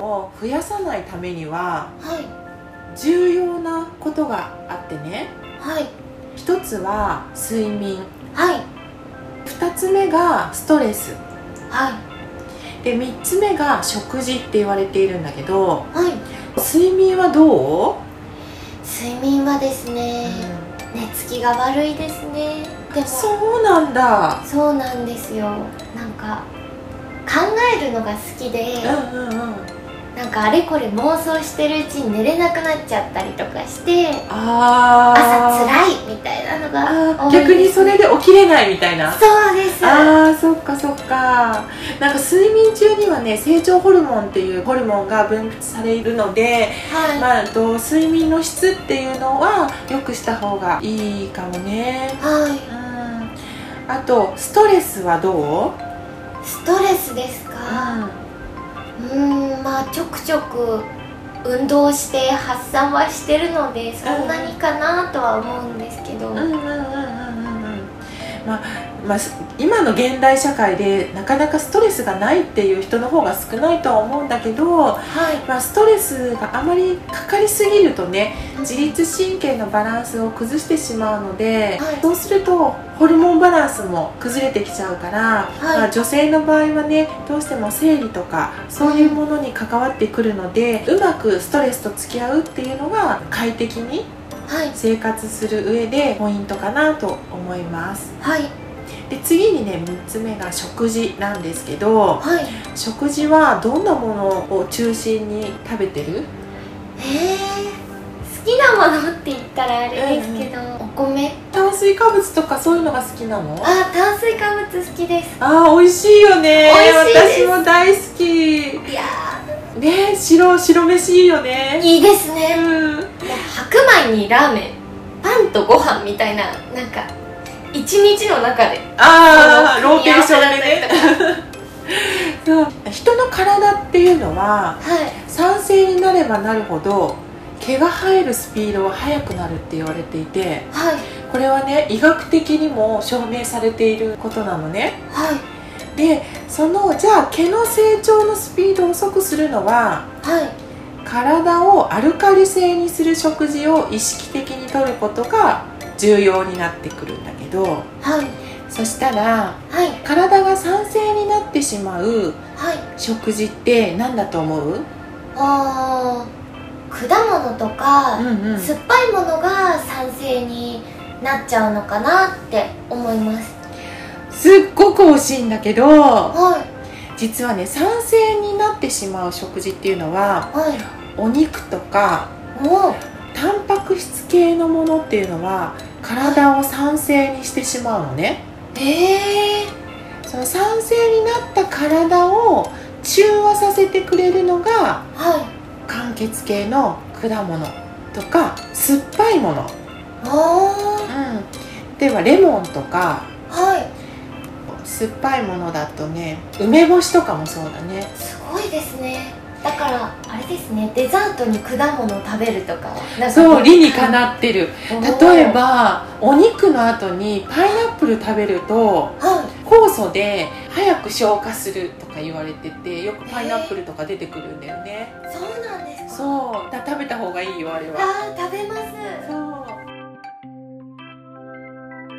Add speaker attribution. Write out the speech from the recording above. Speaker 1: を増やさないためには
Speaker 2: はい
Speaker 1: 重要なことがあってね
Speaker 2: はい
Speaker 1: 一つは睡眠
Speaker 2: はい
Speaker 1: 二つ目がストレス
Speaker 2: はい
Speaker 1: で三つ目が食事って言われているんだけど
Speaker 2: はい
Speaker 1: 睡眠はどう、
Speaker 2: 睡眠はですね、寝つきが悪いですねでもそう
Speaker 1: そうなんだ
Speaker 2: なんですよなんか考えるのが好きで、
Speaker 1: うんうんうん
Speaker 2: なんかあれこれ妄想してるうちに寝れなくなっちゃったりとかして朝
Speaker 1: あー
Speaker 2: 辛いみたいなのが
Speaker 1: あー
Speaker 2: 多い
Speaker 1: 逆にそれ
Speaker 2: で
Speaker 1: で起きれないみたいな
Speaker 2: すそうですは
Speaker 1: あーそっかそっかなんか睡眠中にはね成長ホルモンっていうホルモンが分泌されるので、
Speaker 2: い、
Speaker 1: まあ、と睡眠の質っていうのは良くした方がいいかもね
Speaker 2: は
Speaker 1: う
Speaker 2: い
Speaker 1: んあとストレスはどう
Speaker 2: ストレスですかうーんまあちょくちょく運動して発散はしてるのでそんなにかなとは思うんですけど、
Speaker 1: うんうんうんうんうんうんまあまあ、す今の現代社会でなかなかストレスがないっていう人の方が少ないとは思うんだけど、
Speaker 2: はい
Speaker 1: まあ、ストレスがあまりかかりすぎるとね自律神経のバランスを崩してしまうので、
Speaker 2: はい
Speaker 1: そうするとホルモンバランスも崩れてきちゃうから、まあ、女性の場合はねどうしても生理とかそういうものに関わってくるので、うまくストレスと付き合うっていうのが快適に
Speaker 2: はい
Speaker 1: 生活する上でポイントかなと思います
Speaker 2: はい
Speaker 1: で次にね3つ目が食事なんですけど
Speaker 2: はい
Speaker 1: 食事はどんなものを中心に食べてる
Speaker 2: えー、好きなものって言ったらあれですけど、お米
Speaker 1: 炭水化物とかそういうのが好きなの
Speaker 2: あ炭水化物好きです
Speaker 1: あー美味しいよね
Speaker 2: 美味しいです
Speaker 1: 私も大好き
Speaker 2: いや
Speaker 1: ね白白飯いいよね
Speaker 2: いいですね
Speaker 1: うん
Speaker 2: 白米にラーメンパンとご飯みたいななんか一日の中で
Speaker 1: あー
Speaker 2: この
Speaker 1: ローテーションで
Speaker 2: 組み合わせ
Speaker 1: ね
Speaker 2: だったりとか
Speaker 1: そう人の体っていうのは
Speaker 2: はい
Speaker 1: 酸性になればなるほど毛が生えるスピードは速くなるって言われていて
Speaker 2: はい
Speaker 1: これはね医学的にも証明されていることなのね
Speaker 2: はい
Speaker 1: でそのじゃあ毛の成長のスピードを遅くするのは
Speaker 2: はい
Speaker 1: 体をアルカリ性にする食事を意識的に摂ることが重要になってくるんだけど
Speaker 2: はい
Speaker 1: そしたら
Speaker 2: はい
Speaker 1: 体が酸性になってしまう
Speaker 2: はい
Speaker 1: 食事って何だと思う、
Speaker 2: あー果物とか、
Speaker 1: ん
Speaker 2: 酸っぱいものが酸性になっちゃうのかなって思います
Speaker 1: すっごく惜しいんだけど
Speaker 2: はい
Speaker 1: 実はね酸性になってしまう食事っていうのは
Speaker 2: はい
Speaker 1: お肉とか
Speaker 2: もう
Speaker 1: タンパク質系のものっていうのは体を酸性にしてしまうのね。
Speaker 2: ええ
Speaker 1: その酸性になった体を中和させてくれるのが
Speaker 2: はい
Speaker 1: 柑橘系の果物とか酸っぱいもの、
Speaker 2: あ
Speaker 1: うん、ではレモンとか
Speaker 2: あはい
Speaker 1: 酸っぱいものだとね梅干しとかもそうだね
Speaker 2: すごいですねだからあれですねデザートに果物食べるとかなんか
Speaker 1: そう理にかなってる
Speaker 2: おー
Speaker 1: 例えばお肉の後にパイナップル食べると
Speaker 2: は
Speaker 1: 酵素で早く消化するとか言われててよくパイナップルとか出てくるんだよね
Speaker 2: いそうなんですかう
Speaker 1: そうだ食べた方がいいよあれは
Speaker 2: あー食べます
Speaker 1: そう